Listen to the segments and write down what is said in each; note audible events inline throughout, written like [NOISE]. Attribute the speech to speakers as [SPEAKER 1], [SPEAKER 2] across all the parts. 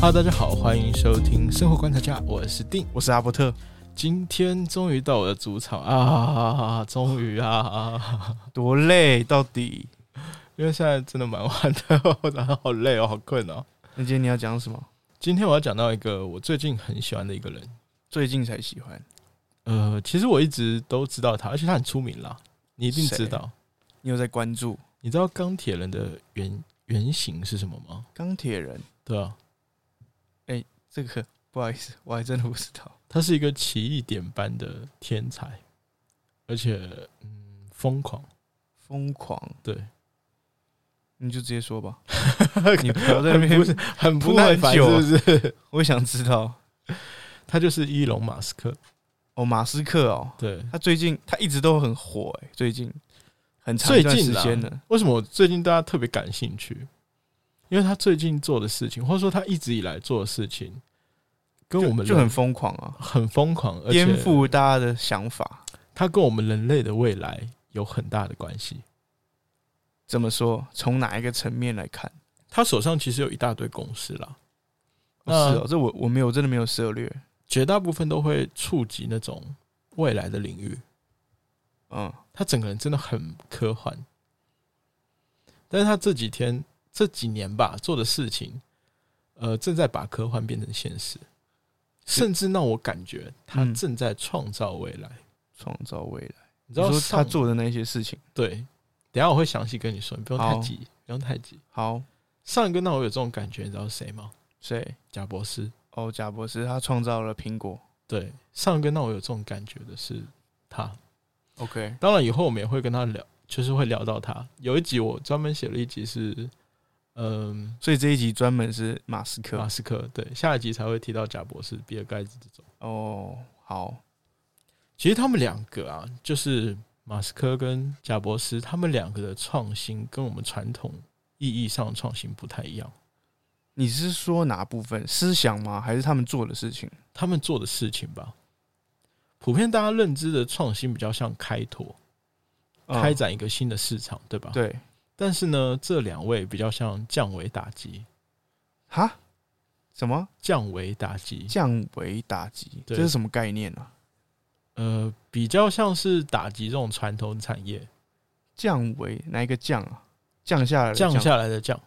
[SPEAKER 1] Hello，大家好，欢迎收听生活观察家，我是定。
[SPEAKER 2] 我是阿伯特。
[SPEAKER 1] 今天终于到我的主场啊，终于啊， [LAUGHS]
[SPEAKER 2] 多累，到底？
[SPEAKER 1] 因为现在真的蛮晚的，我早上好累哦，好困哦。
[SPEAKER 2] 那今天你要讲什么？
[SPEAKER 1] 今天我要讲到一个我最近很喜欢的一个人，
[SPEAKER 2] 最近才喜欢，
[SPEAKER 1] 呃，其实我一直都知道他，而且他很出名啦，你一定知道。
[SPEAKER 2] 你有在关注
[SPEAKER 1] 你知道钢铁人的原原型是什么吗？
[SPEAKER 2] 钢铁人
[SPEAKER 1] 对啊，
[SPEAKER 2] 这个？不好意思，我还真的不知道。
[SPEAKER 1] 他是一个奇异点般的天才，而且嗯，疯狂。
[SPEAKER 2] 疯狂，
[SPEAKER 1] 对，
[SPEAKER 2] 你就直接
[SPEAKER 1] [LAUGHS]
[SPEAKER 2] 说吧，你不要在那边
[SPEAKER 1] 很不，很不
[SPEAKER 2] 铺
[SPEAKER 1] 耐
[SPEAKER 2] 很
[SPEAKER 1] 烦，是
[SPEAKER 2] 久
[SPEAKER 1] 不是？
[SPEAKER 2] 我想知道。
[SPEAKER 1] 他就是伊隆马斯克，
[SPEAKER 2] 哦，马斯克哦，
[SPEAKER 1] 对，
[SPEAKER 2] 他最近他一直都很火哎、最近很长
[SPEAKER 1] 最
[SPEAKER 2] 一段时
[SPEAKER 1] 近啦
[SPEAKER 2] 间了。
[SPEAKER 1] 为什么我最近对他特别感兴趣？因为他最近做的事情，或者说他一直以来做的事情，跟
[SPEAKER 2] 就
[SPEAKER 1] 我们
[SPEAKER 2] 就很
[SPEAKER 1] 人
[SPEAKER 2] 疯狂啊，
[SPEAKER 1] 很疯狂，而
[SPEAKER 2] 颠
[SPEAKER 1] 且
[SPEAKER 2] 覆大家的想法。
[SPEAKER 1] 他跟我们人类的未来有很大的关系。
[SPEAKER 2] 怎么说？从哪一个层面来看？
[SPEAKER 1] 他手上其实有一大堆公司啦，
[SPEAKER 2] 哦
[SPEAKER 1] 那
[SPEAKER 2] 是哦，这我我没有，我真的没有涉略。
[SPEAKER 1] 绝大部分都会触及那种未来的领域。
[SPEAKER 2] 嗯，
[SPEAKER 1] 他整个人真的很科幻。但是他这几天、这几年吧做的事情，呃，正在把科幻变成现实，甚至让我感觉他
[SPEAKER 2] 嗯
[SPEAKER 1] 正在创造未来。
[SPEAKER 2] 创造未来。
[SPEAKER 1] 你知
[SPEAKER 2] 嗯你
[SPEAKER 1] 道
[SPEAKER 2] 说
[SPEAKER 1] 上
[SPEAKER 2] 他做的那些事情，
[SPEAKER 1] 对，等一下我会详细跟你说，你不用太
[SPEAKER 2] 好
[SPEAKER 1] 急，不用太急。
[SPEAKER 2] 好，
[SPEAKER 1] 上一个让我有这种感觉，你知道是谁吗？
[SPEAKER 2] 谁？
[SPEAKER 1] 贾博士。
[SPEAKER 2] 哦，贾博士他创造了苹果。
[SPEAKER 1] 对，上一个让我有这种感觉的是他。
[SPEAKER 2] OK，
[SPEAKER 1] 当然，以后我们也会跟他聊，就是会聊到他。有一集我专门写了一集是，嗯、
[SPEAKER 2] 所以这一集专门是马斯克。
[SPEAKER 1] 马斯克，对，下一集才会提到贾博士、比尔盖茨这种。
[SPEAKER 2] 哦，好，
[SPEAKER 1] 其实他们两个啊，就是马斯克跟贾博士，他们两个的创新跟我们传统意义上的创新不太一样。
[SPEAKER 2] 你是说哪部分思想吗？还是他们做的事情？
[SPEAKER 1] 他们做的事情吧，普遍大家认知的创新比较像开拓、
[SPEAKER 2] 嗯
[SPEAKER 1] 开展一个新的市场，啊对吧？。
[SPEAKER 2] 对，
[SPEAKER 1] 但是呢，这两位比较像降维打击，
[SPEAKER 2] 哈？什么
[SPEAKER 1] 降维打击，
[SPEAKER 2] 降维打击？这
[SPEAKER 1] 嗯对
[SPEAKER 2] 是什么概念啊？
[SPEAKER 1] 呃，比较像是打击这种传统产业
[SPEAKER 2] 降维哪一个降啊？降下来的
[SPEAKER 1] 降下来的降。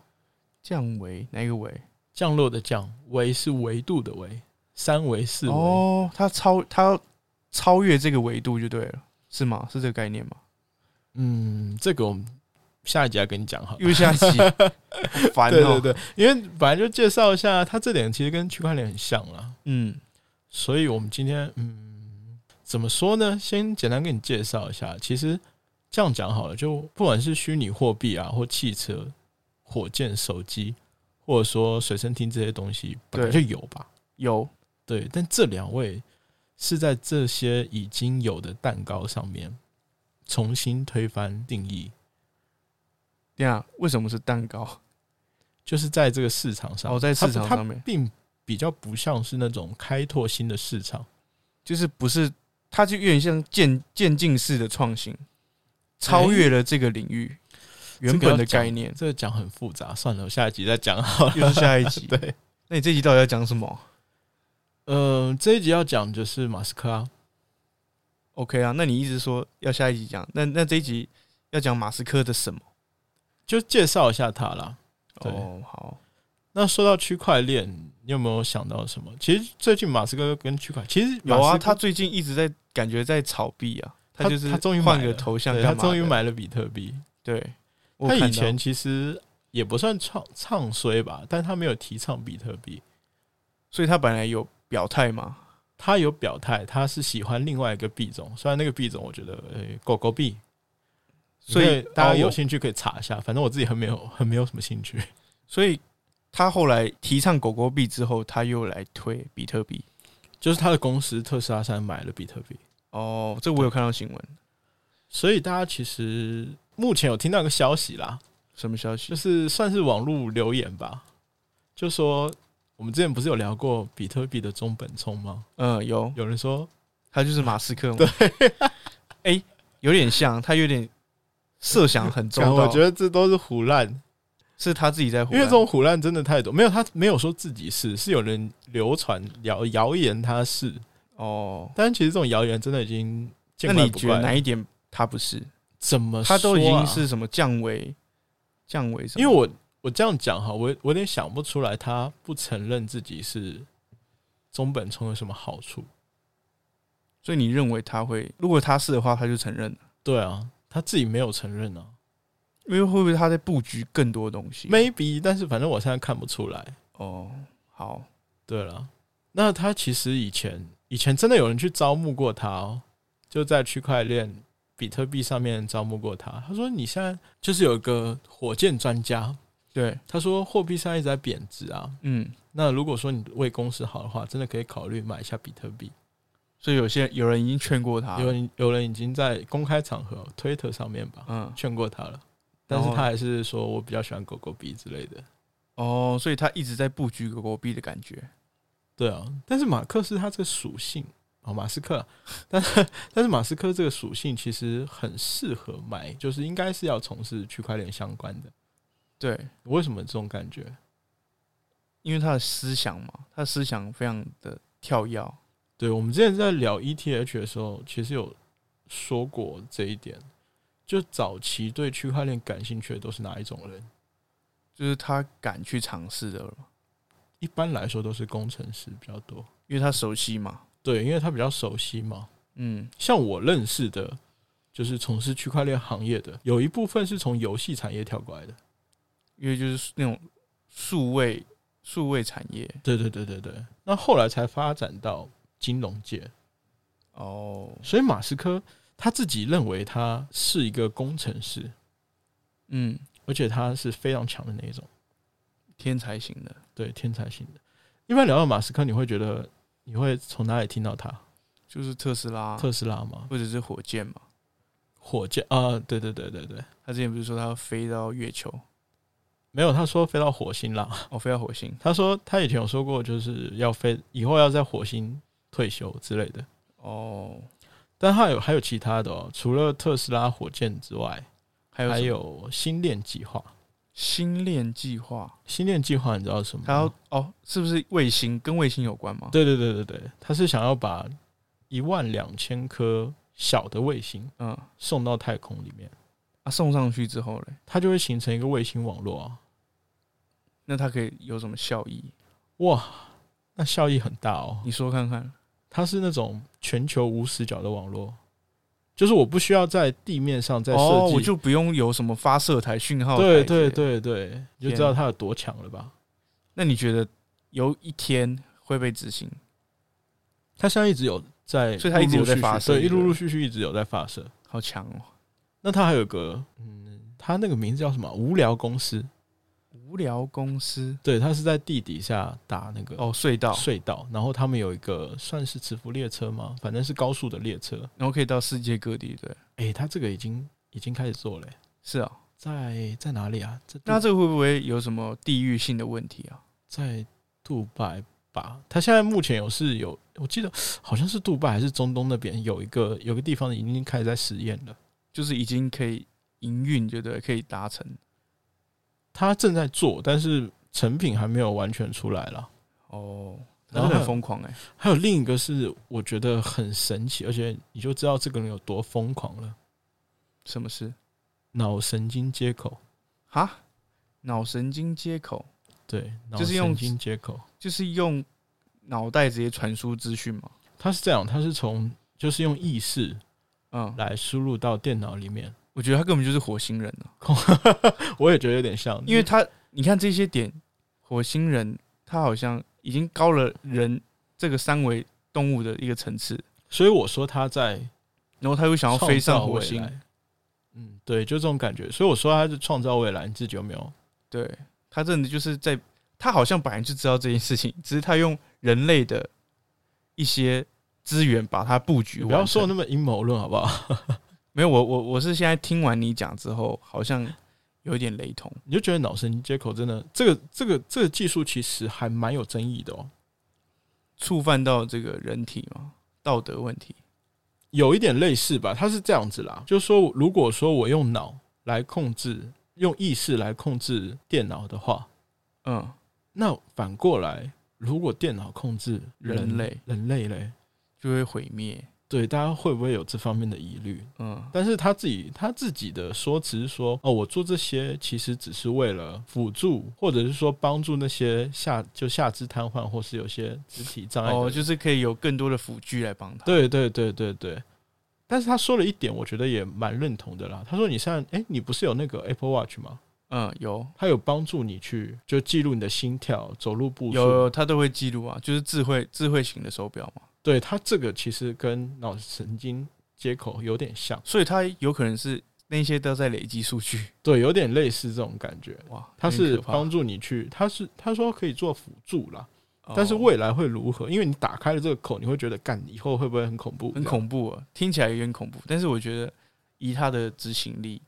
[SPEAKER 2] 降维哪一个维？
[SPEAKER 1] 降落的降，维是维度的维，三维四维。
[SPEAKER 2] 哦，他超他要超越这个维度就对了，是吗？是这个概念吗？
[SPEAKER 1] 嗯，这个我们下一集再跟你讲哈。
[SPEAKER 2] 又下棋，好
[SPEAKER 1] [LAUGHS]
[SPEAKER 2] 烦
[SPEAKER 1] 对
[SPEAKER 2] 哦。
[SPEAKER 1] 对对，因为本来就介绍一下，它这点其实跟区块链很像啦，
[SPEAKER 2] 嗯，
[SPEAKER 1] 所以我们今天嗯，怎么说呢？先简单跟你介绍一下，其实这样讲好了，就不管是虚拟货币啊，或汽车、火箭、手机，或者说随身听这些东西，本来就
[SPEAKER 2] 对
[SPEAKER 1] 有吧。
[SPEAKER 2] 有
[SPEAKER 1] 对，但这两位是在这些已经有的蛋糕上面重新推翻定义，
[SPEAKER 2] 对啊，为什么是蛋糕？
[SPEAKER 1] 就是在这个市场上，
[SPEAKER 2] 哦在市场
[SPEAKER 1] 它
[SPEAKER 2] 上面
[SPEAKER 1] 它并比较不像是那种开拓新的市场，
[SPEAKER 2] 就是不是，它就有点像渐渐进式的创新，超越了这个领域原本的概念。
[SPEAKER 1] 这个讲很复杂，算了，我下一集再讲好了。
[SPEAKER 2] 又是下一
[SPEAKER 1] [LAUGHS]
[SPEAKER 2] 集，
[SPEAKER 1] 对，
[SPEAKER 2] 那你这集到底要讲什么
[SPEAKER 1] 嗯、这一集要讲就是马斯克啊，
[SPEAKER 2] ？OK 啊，那你一直说要下一集讲，那那这一集要讲马斯克的什么？
[SPEAKER 1] 就介绍一下他啦。对
[SPEAKER 2] 哦，好，
[SPEAKER 1] 那说到区块链，你有没有想到什么？其实最近马斯克跟区块，其实
[SPEAKER 2] 有
[SPEAKER 1] 马
[SPEAKER 2] 啊，
[SPEAKER 1] 斯克
[SPEAKER 2] 他最近一直在感觉在炒币啊，
[SPEAKER 1] 他
[SPEAKER 2] 就是
[SPEAKER 1] 他终于买
[SPEAKER 2] 换个
[SPEAKER 1] 了
[SPEAKER 2] 头像
[SPEAKER 1] 对
[SPEAKER 2] 干嘛
[SPEAKER 1] 他
[SPEAKER 2] 的？
[SPEAKER 1] 终于买了比特币，
[SPEAKER 2] 对，我
[SPEAKER 1] 他
[SPEAKER 2] 有看
[SPEAKER 1] 以
[SPEAKER 2] 到
[SPEAKER 1] 前其实也不算唱唱衰吧，但他没有提倡比特币，
[SPEAKER 2] 所以他本来有表态嘛，
[SPEAKER 1] 他有表态，他是喜欢另外一个币种，虽然那个币种我觉得呃狗狗币，
[SPEAKER 2] 所以
[SPEAKER 1] 大家
[SPEAKER 2] 哦
[SPEAKER 1] 有
[SPEAKER 2] 我
[SPEAKER 1] 兴趣可以查一下，反正我自己很没有很没有什么兴趣。 [LAUGHS]
[SPEAKER 2] 所以他后来提倡狗狗币之后，他又来推比特币。
[SPEAKER 1] 就是他的公司特斯拉山买了比特币，
[SPEAKER 2] 哦，这我有看到新闻，
[SPEAKER 1] 所以大家其实目前有听到一个消息啦，
[SPEAKER 2] 什么消
[SPEAKER 1] 就
[SPEAKER 2] 息？
[SPEAKER 1] 是算是网络留言吧，就说我们之前不是有聊过比特币的中本聪吗？
[SPEAKER 2] 嗯，有，
[SPEAKER 1] 有人说
[SPEAKER 2] 他就是马斯克嘛。对， [LAUGHS] 哎、有点像，他有点设想很周
[SPEAKER 1] 干
[SPEAKER 2] 到。 [LAUGHS]
[SPEAKER 1] 我觉得这都是胡乱。
[SPEAKER 2] 是他自己在胡
[SPEAKER 1] 因为
[SPEAKER 2] 乱，
[SPEAKER 1] 这种虎烂真的太多，没有他没有说自己是，是有人流传谣谣言他是，
[SPEAKER 2] 哦，
[SPEAKER 1] 但其实这种谣言真的已经见
[SPEAKER 2] 那
[SPEAKER 1] 怪
[SPEAKER 2] 你
[SPEAKER 1] 不
[SPEAKER 2] 觉得哪
[SPEAKER 1] 怪。
[SPEAKER 2] 一点他不是？
[SPEAKER 1] 怎么说
[SPEAKER 2] 他
[SPEAKER 1] 啊、
[SPEAKER 2] 都已经是什么降维，降维什么？
[SPEAKER 1] 因为我我这样讲哈，我我有点想不出来，他不承认自己是中本聪有什么好处？
[SPEAKER 2] 所以你认为他会，如果他是的话，他就承认了，
[SPEAKER 1] 对啊，他自己没有承认啊
[SPEAKER 2] 因为会不会他在布局更多东西？
[SPEAKER 1] ，maybe，但是反正我现在看不出来。
[SPEAKER 2] 哦，好，
[SPEAKER 1] 对了，那他其实以前以前真的有人去招募过他哦，就在区块链、比特币上面招募过他。他说你现在就是有一个火箭专家，
[SPEAKER 2] 对，
[SPEAKER 1] 他说货币现在一直在贬值啊，
[SPEAKER 2] 嗯，
[SPEAKER 1] 那如果说你为公司好的话，真的可以考虑买一下比特币。
[SPEAKER 2] 所以有些有人已经劝过他，
[SPEAKER 1] 有人有人已经在公开场合推特上面吧
[SPEAKER 2] 嗯，
[SPEAKER 1] 劝过他了，但
[SPEAKER 2] 然后
[SPEAKER 1] 是他还是说我比较喜欢狗狗币之类的。
[SPEAKER 2] 哦，所以他一直在布局狗狗币的感觉，
[SPEAKER 1] 对啊，但是马克思他这个属性哦，马斯克啊， [LAUGHS] 但但是马斯克这个属性其实很适合买，就是应该是要从事区块链相关的。
[SPEAKER 2] 对，
[SPEAKER 1] 为什么这种感觉？
[SPEAKER 2] 因为他的思想嘛，他的思想非常的跳跃，
[SPEAKER 1] 对我们之前在聊 ETH 的时候，其实有说过这一点。就早期对区块链感兴趣的都是哪一种人？
[SPEAKER 2] 就是他敢去尝试的了嘛，
[SPEAKER 1] 一般来说都是工程师比较多，
[SPEAKER 2] 因为他熟悉嘛，
[SPEAKER 1] 对，因为他比较熟悉嘛。
[SPEAKER 2] 嗯，
[SPEAKER 1] 像我认识的，就是从事区块链行业的，有一部分是从游戏产业跳过来的。
[SPEAKER 2] 因为就是那种数位数位产业，
[SPEAKER 1] 对对对对对。那后来才发展到金融界，
[SPEAKER 2] 哦，
[SPEAKER 1] 所以马斯克他自己认为他是一个工程师，
[SPEAKER 2] 嗯，
[SPEAKER 1] 而且他是非常强的那一种，
[SPEAKER 2] 天才型的。
[SPEAKER 1] 对天才型的。一般聊到马斯克，你会觉得你会从哪里听到他？
[SPEAKER 2] 就是特斯拉，
[SPEAKER 1] 特斯拉吗？
[SPEAKER 2] 或者是火箭嘛。
[SPEAKER 1] 火箭啊、对对对对对，
[SPEAKER 2] 他之前不是说他要飞到月球，
[SPEAKER 1] 没有，他说飞到火星啦。 [LAUGHS]
[SPEAKER 2] 哦，飞到火星，
[SPEAKER 1] 他说他以前有说过，就是要飞，以后要在火星退休之类的。
[SPEAKER 2] 哦，
[SPEAKER 1] 但他有还有其他的哦，除了特斯拉火箭之外，
[SPEAKER 2] 还有
[SPEAKER 1] 还
[SPEAKER 2] 什么
[SPEAKER 1] 有星链计划。
[SPEAKER 2] 星链计划，
[SPEAKER 1] 星链计划你知道是什么吗？
[SPEAKER 2] 他要哦，是不是卫星跟卫星有关吗？，
[SPEAKER 1] 嗯对对对对对，他是想要把一万两千颗小的卫星
[SPEAKER 2] 嗯，
[SPEAKER 1] 送到太空里面，
[SPEAKER 2] 啊，送上去之后嘞，
[SPEAKER 1] 它就会形成一个卫星网络啊！
[SPEAKER 2] 那它可以有什么效益？
[SPEAKER 1] 哇，那效益很大哦。
[SPEAKER 2] 你说看看。
[SPEAKER 1] 它是那种全球无死角的网络，就是我不需要在地面上再设计，
[SPEAKER 2] 哦，我就不用有什么发射台讯号。
[SPEAKER 1] 对对。对对，你就知
[SPEAKER 2] 天
[SPEAKER 1] 道
[SPEAKER 2] 啊
[SPEAKER 1] 它有多强了吧？
[SPEAKER 2] 那你觉得有一天会被执行？
[SPEAKER 1] 它现在一直有在陆陆续续，
[SPEAKER 2] 所以它一直有在发射
[SPEAKER 1] 对，一
[SPEAKER 2] 对不对
[SPEAKER 1] 陆陆续续一直有在发射。
[SPEAKER 2] 好强哦！
[SPEAKER 1] 那它还有个，嗯，它那个名字叫什么？无聊公司，
[SPEAKER 2] 无聊公司
[SPEAKER 1] 对，它是在地底下打那个
[SPEAKER 2] 哦，隧道，
[SPEAKER 1] 隧道，然后他们有一个算是磁浮列车吗？反正是高速的列车。
[SPEAKER 2] 然后可以到世界各地。对，
[SPEAKER 1] 诶，它这个已经已经开始做了欸、
[SPEAKER 2] 是啊。
[SPEAKER 1] 在在哪里啊？在
[SPEAKER 2] 那
[SPEAKER 1] 杜
[SPEAKER 2] 这个会不会有什么地域性的问题啊？
[SPEAKER 1] 在杜拜吧？它现在目前有是有，我记得好像是杜拜还是中东那边有一个有个地方已经开始在实验了，
[SPEAKER 2] 就是已经可以营运，觉得可以达成
[SPEAKER 1] 它正在做，但是成品还没有完全出来了。
[SPEAKER 2] 哦。
[SPEAKER 1] 然
[SPEAKER 2] 然
[SPEAKER 1] 后还
[SPEAKER 2] 后
[SPEAKER 1] 有
[SPEAKER 2] 很疯狂哎、
[SPEAKER 1] 还有另一个是我觉得很神奇，而且你就知道这个人有多疯狂了，
[SPEAKER 2] 什么事？
[SPEAKER 1] 脑神经接口。
[SPEAKER 2] 哈，脑神经接口
[SPEAKER 1] 对，
[SPEAKER 2] 就是
[SPEAKER 1] 脑
[SPEAKER 2] 用
[SPEAKER 1] 神经接口。
[SPEAKER 2] 就是用脑袋直接传输资讯嘛。
[SPEAKER 1] 它是这样，它是从就是用意识
[SPEAKER 2] 嗯，
[SPEAKER 1] 来输入到电脑里面。
[SPEAKER 2] 我觉得他根本就是火星人啊，
[SPEAKER 1] 我也觉得有点像，
[SPEAKER 2] 因为他你看这些点，火星人他好像已经高了人这个三维动物的一个层次，
[SPEAKER 1] 所以我说他在
[SPEAKER 2] 然后他又想要
[SPEAKER 1] 创
[SPEAKER 2] 飞
[SPEAKER 1] 造
[SPEAKER 2] 上火
[SPEAKER 1] 未
[SPEAKER 2] 星
[SPEAKER 1] 来，。嗯，对，就这种感觉。所以我说他是创造未来，你自己有没有？
[SPEAKER 2] 对他真的就是在，他好像本来就知道这件事情，只是他用人类的一些资源把它布局
[SPEAKER 1] 你
[SPEAKER 2] 完成。
[SPEAKER 1] 不要说那么阴谋论好不好？ [LAUGHS]
[SPEAKER 2] 没有我我我是现在听完你讲之后，好像有一点雷同。
[SPEAKER 1] 你就觉得脑神经接口真的这个这个这个技术其实还蛮有争议的哦，
[SPEAKER 2] 触犯到这个人体嘛，道德问题。
[SPEAKER 1] 有一点类似吧。它是这样子啦，就是说如果说我用脑来控制用意识来控制电脑的话，
[SPEAKER 2] 嗯，
[SPEAKER 1] 那反过来，如果电脑控制
[SPEAKER 2] 人类，
[SPEAKER 1] 人类嘞，
[SPEAKER 2] 就会毁灭。
[SPEAKER 1] 对大家会不会有这方面的疑虑？
[SPEAKER 2] 嗯
[SPEAKER 1] 但是他自己他自己的说辞是说，哦，我做这些其实只是为了辅助，或者是说帮助那些下就下肢瘫痪或是有些肢体障碍的人。
[SPEAKER 2] 哦，就是可以有更多的辅具来帮他。
[SPEAKER 1] 对对对对对。但是他说了一点，我觉得也蛮认同的啦。他说：“你现在，哎、你不是有那个 Apple Watch 吗？
[SPEAKER 2] 嗯，有
[SPEAKER 1] 它有帮助你去就记录你的心跳、走路步
[SPEAKER 2] 有
[SPEAKER 1] 数。
[SPEAKER 2] 有，它都会记录啊，就是智慧智慧型的手表嘛，
[SPEAKER 1] 对它这个其实跟脑神经接口有点像，
[SPEAKER 2] 所以它有可能是那些都在累积数据。
[SPEAKER 1] 对，有点类似这种感觉。
[SPEAKER 2] [LAUGHS] 哇，
[SPEAKER 1] 它
[SPEAKER 2] 有点
[SPEAKER 1] 是
[SPEAKER 2] 可怕
[SPEAKER 1] 帮助你去，它是他说可以做辅助啦，
[SPEAKER 2] 哦
[SPEAKER 1] 但是未来会如何？因为你打开了这个口，你会觉得干以后会不会很恐怖？
[SPEAKER 2] 很恐怖啊，听起来有点恐怖，但是我觉得以它的执行力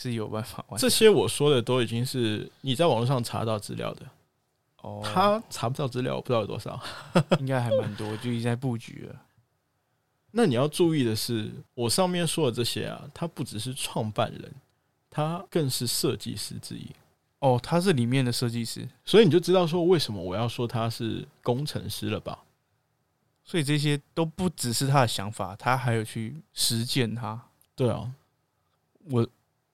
[SPEAKER 2] 是有办法完成。
[SPEAKER 1] 这些我说的都已经是你在网络上查到资料的，
[SPEAKER 2] 哦，
[SPEAKER 1] 他查不到资料，我不知道有多少。 [LAUGHS]
[SPEAKER 2] 应该还蛮多，就已经在布局了。
[SPEAKER 1] 那你要注意的是，我上面说的这些啊，他不只是创办人，他更是设计师之一。
[SPEAKER 2] 哦，他是里面的设计师，
[SPEAKER 1] 所以你就知道说，为什么我要说他是工程师了吧？
[SPEAKER 2] 所以这些都不只是他的想法，他还有去实践它。
[SPEAKER 1] 对啊，
[SPEAKER 2] 我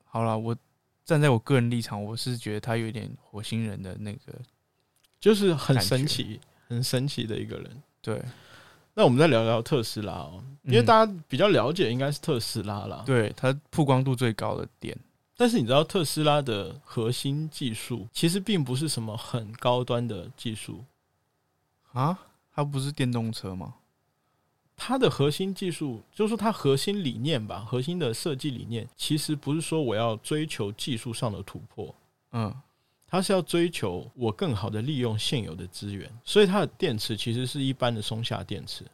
[SPEAKER 2] 好了，我站在我个人立场，我是觉得他有一点火星人的那个
[SPEAKER 1] 就是很
[SPEAKER 2] 感觉
[SPEAKER 1] 神奇、很神奇的一个人。
[SPEAKER 2] 对，
[SPEAKER 1] 那我们再聊聊特斯拉哦，因为
[SPEAKER 2] 嗯
[SPEAKER 1] 大家比较了解应该是特斯拉啦。，
[SPEAKER 2] 对它曝光度最高的点，
[SPEAKER 1] 但是你知道特斯拉的核心技术其实并不是什么很高端的技术，
[SPEAKER 2] 啊，它不是电动车吗？
[SPEAKER 1] 它的核心技术，就是说它核心理念吧，核心的设计理念，其实不是说我要追求技术上的突破，
[SPEAKER 2] 嗯，
[SPEAKER 1] 它是要追求我更好的利用现有的资源。所以它的电池其实是一般的松下电池，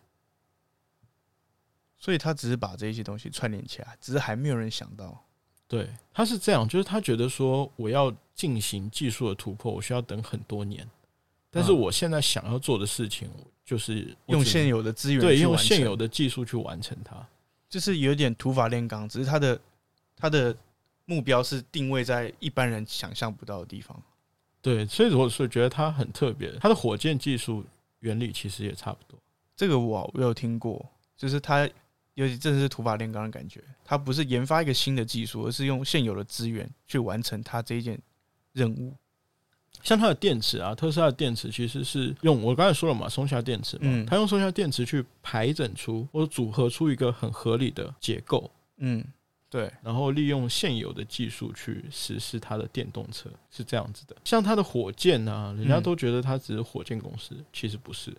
[SPEAKER 2] 所以它只是把这些东西串联起来，只是还没有人想到。
[SPEAKER 1] 对，它是这样，就是他觉得说我要进行技术的突破，我需要等很多年，但是
[SPEAKER 2] 嗯
[SPEAKER 1] 我现在想要做的事情就是我
[SPEAKER 2] 用
[SPEAKER 1] 只
[SPEAKER 2] 现有的资源
[SPEAKER 1] 对
[SPEAKER 2] 去
[SPEAKER 1] 用
[SPEAKER 2] 完
[SPEAKER 1] 现
[SPEAKER 2] 成
[SPEAKER 1] 有的技术去完成它。
[SPEAKER 2] 就是有点土法炼钢，只是它的它的目标是定位在一般人想象不到的地方。
[SPEAKER 1] 对，所以我所以觉得它很特别，它的火箭技术原理其实也差不多。
[SPEAKER 2] 这个我我有听过，就是它有点真的是土法炼钢的感觉。它不是研发一个新的技术，而是用现有的资源去完成它这一件任务。
[SPEAKER 1] 像它的电池啊，特斯拉的电池其实是用我刚才说了嘛，松下电池嘛，
[SPEAKER 2] 嗯
[SPEAKER 1] 它用松下电池去排整出或者组合出一个很合理的结构，
[SPEAKER 2] 嗯，对，
[SPEAKER 1] 然后利用现有的技术去实施它的电动车，是这样子的。像它的火箭啊，人家
[SPEAKER 2] 嗯
[SPEAKER 1] 都觉得它只是火箭公司，其实不是，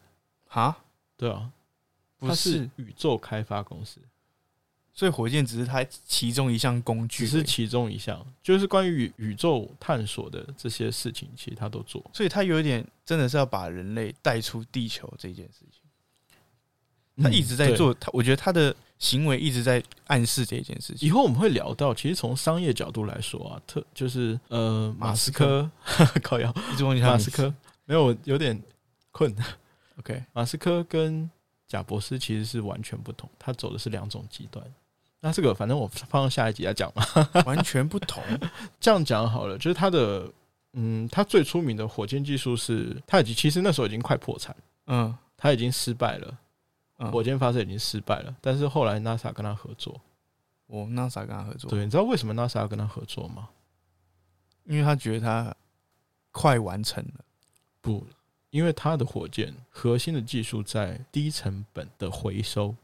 [SPEAKER 2] 哈，
[SPEAKER 1] 对啊，
[SPEAKER 2] 不
[SPEAKER 1] 它
[SPEAKER 2] 是
[SPEAKER 1] 是，宇宙开发公司，
[SPEAKER 2] 所以火箭只是它其中一项工具
[SPEAKER 1] 只
[SPEAKER 2] 而已，
[SPEAKER 1] 是其中一项，就是关于宇宙探索的这些事情，其实它都做。
[SPEAKER 2] 所以它有一点真的是要把人类带出地球这件事情。他一直
[SPEAKER 1] 嗯
[SPEAKER 2] 在
[SPEAKER 1] 对
[SPEAKER 2] 做，他我觉得他的行为一直在暗示这件事情
[SPEAKER 1] 以。后我们会聊到，其实从商业角度来说啊，特就是呃，马
[SPEAKER 2] 马
[SPEAKER 1] 斯
[SPEAKER 2] 斯
[SPEAKER 1] 克， [LAUGHS] 靠腰，
[SPEAKER 2] 一直忘记他
[SPEAKER 1] 马
[SPEAKER 2] 名
[SPEAKER 1] 斯
[SPEAKER 2] 字
[SPEAKER 1] 克没有有点困。
[SPEAKER 2] OK，
[SPEAKER 1] 马斯克跟贾博士其实是完全不同，他走的是两种极端。那这个反正我放到下一集来讲嘛。 [LAUGHS]
[SPEAKER 2] 完全不同。
[SPEAKER 1] 这样讲好了，就是他的嗯，他最出名的火箭技术是，他已经其实那时候已经快破产，
[SPEAKER 2] 嗯
[SPEAKER 1] 他已经失败了，
[SPEAKER 2] 嗯，
[SPEAKER 1] 火
[SPEAKER 2] 我
[SPEAKER 1] 箭发射已经失败了。但是后来 NASA 跟他合作，
[SPEAKER 2] 我 NASA 跟他合作，
[SPEAKER 1] 对，你知道为什么 NASA 要跟他合作吗？
[SPEAKER 2] 因为他觉得他快完成了。
[SPEAKER 1] 不，因为它的火箭核心的技术在低成本的回收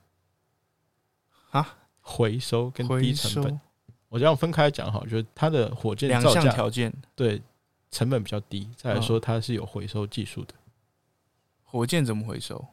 [SPEAKER 2] 啊，
[SPEAKER 1] 回收跟低
[SPEAKER 2] 回
[SPEAKER 1] 成
[SPEAKER 2] 收
[SPEAKER 1] 本，我这样分开讲好，就是它的火箭
[SPEAKER 2] 两
[SPEAKER 1] 造
[SPEAKER 2] 项
[SPEAKER 1] 价
[SPEAKER 2] 条嗯件，
[SPEAKER 1] 对成本比较低，再来说它是有回收技术的。
[SPEAKER 2] 火箭怎么回收？